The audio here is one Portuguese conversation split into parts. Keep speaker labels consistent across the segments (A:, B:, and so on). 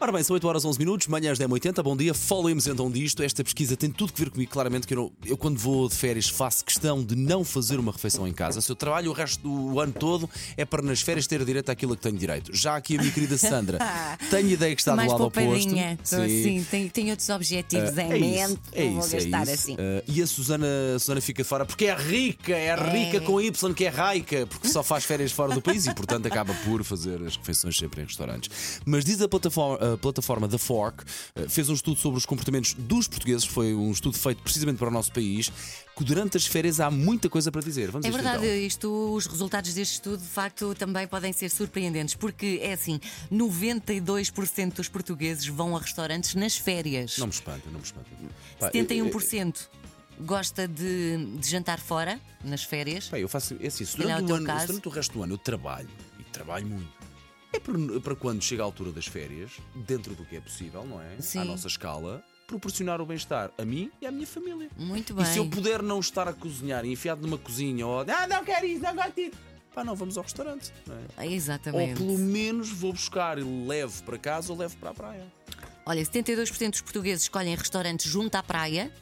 A: Ora bem, são 8 horas 11 minutos, manhãs 10h80, bom dia, falemos então disto. Esta pesquisa tem tudo que ver comigo, claramente, que eu, não- eu quando vou de férias faço questão de não fazer uma refeição em casa. Se eu trabalho o resto do ano todo, é para nas férias ter direito àquilo a que tenho direito. Já aqui a minha querida Sandra, tenho ideia que está
B: Mais
A: Tá do lado oposto.
B: poupadinha. Estou assim, tenho, tenho outros objetivos em mente.
A: é
B: não vou
A: isso, é
B: gastar
A: isso.
B: assim.
A: Eh, e a Susana, a Susana fica de fora porque é rica, é, rica com Y, que é raica, porque só faz férias fora do país e, portanto, acaba por fazer as refeições sempre em restaurantes. Mas diz a plataforma, a plataforma The Fork, eh, fez um estudo sobre os comportamentos dos portugueses, foi um estudo feito precisamente para o nosso país, que durante as férias há muita coisa para dizer. Vamos
B: É
A: a isto,
B: verdade,
A: então.
B: isto, os resultados deste estudo de facto também podem ser surpreendentes, porque é assim: 92% dos portugueses vão a restaurantes nas férias,
A: Não me espanta, não me espanta. Pá, eu-
B: 71% gosta de, de jantar fora nas férias.
A: Pá, eu faço é assim, se durante,
B: Calhar o
A: o
B: teu
A: ano,
B: caso.
A: se durante o resto do ano eu trabalho e trabalho muito. É para, para quando chega a altura das férias, dentro do que é possível, não é?
B: Sim.
A: À nossa escala, proporcionar o bem-estar a mim e à minha família.
B: Muito
A: E se eu
B: bem.
A: puder não estar a cozinhar e enfiado numa cozinha ou ah, não quero isso, não gosto disso. Pá, não, vamos ao restaurante. Não é? Ou
B: Exatamente.
A: pelo menos vou buscar e levo para casa ou levo para a praia.
B: Olha, 72% dos portugueses escolhem restaurantes junto à praia,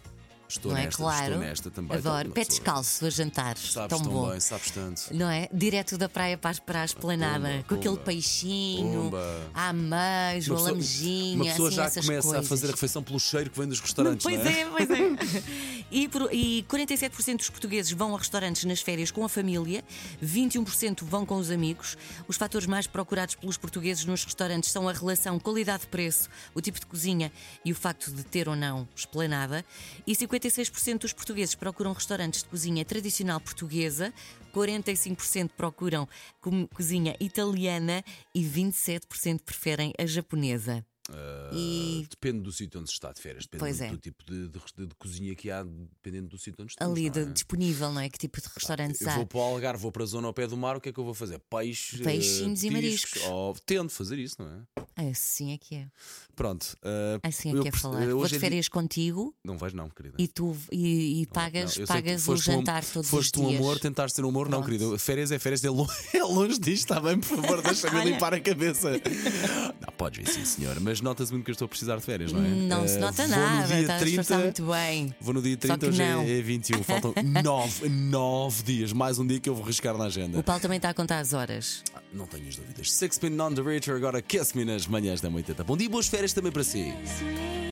A: Estou
B: não é?
A: nesta,
B: claro.
A: estou nesta também.
B: Adoro.
A: Uma
B: Pé
A: pessoa-
B: descalço a jantar.
A: Sabes
B: tão
A: tão,
B: bom.
A: bem, sabes tanto.
B: Não é? Direto da praia para, a- para a esplanada,
A: Pumba,
B: com aquele
A: pumba.
B: peixinho,
A: Pumba.
B: a ameijo,
A: Uma
B: a
A: pessoa-
B: lamezinha,
A: Uma pessoa
B: assim,
A: já
B: essas
A: começa a
B: coisas.
A: fazer a refeição pelo cheiro que vem dos restaurantes.
B: Pois
A: não é?
B: é, pois é. E, por- e 47% dos portugueses vão a restaurantes nas férias com a família, 21% vão com os amigos. Os fatores mais procurados pelos portugueses nos restaurantes são a relação qualidade-preço, o tipo de cozinha e o facto de ter ou não esplanada. E 56% dos portugueses procuram restaurantes de cozinha tradicional portuguesa, 45% procuram com- cozinha italiana e 27% preferem a japonesa.
A: Ah,
B: e
A: Depende do sítio onde se está de férias, depende
B: Pois
A: do,
B: é.
A: do tipo de, de- de cozinha que há, dependendo do sítio onde estamos.
B: ali
A: não é?
B: de- disponível, não é? Que tipo de restaurantes
A: Ah, Eu
B: há?
A: vou para o Algarve, vou para a zona ao pé do mar, o que é que eu vou fazer? Peixe,
B: Peixinhos
A: eh,
B: e
A: mariscos.
B: mariscos.
A: Oh, tento fazer isso, não é?
B: Assim é que é.
A: Pronto. eh,
B: Assim é
A: eu
B: que é
A: perce-
B: falar.
A: eh,
B: Vou
A: hoje
B: de
A: é dia-
B: férias contigo
A: Não vais, não, querida.
B: e tu e, e pagas,
A: Não, eu sei que
B: pagas o
A: foste um am-
B: jantar todos
A: Foste
B: os
A: um
B: dias.
A: amor, tentaste ser um amor, não,
B: Pronto.
A: querido. Férias é férias, é lo- é longe disto, está bem? Por favor, deixa-me
B: Olha.
A: limpar a cabeça. Não, podes ver, sim, senhora, mas nota-se muito que eu estou a precisar de férias, não é?
B: Não se
A: Eh,
B: nota
A: vou no
B: nada,
A: dia
B: estás a disfarçar
A: 30,
B: muito bem.
A: Vou no dia
B: Só
A: 30,
B: que
A: hoje
B: não.
A: é, é 21. Faltam 9, 9 dias. Mais um dia que eu vou riscar na
B: O
A: agenda.
B: Paulo também está a contar as horas.
A: Não tenho as dúvidas. Sixpin on the Richer, agora Kiss Me nas manhãs da 80. Bom dia e boas férias também para si.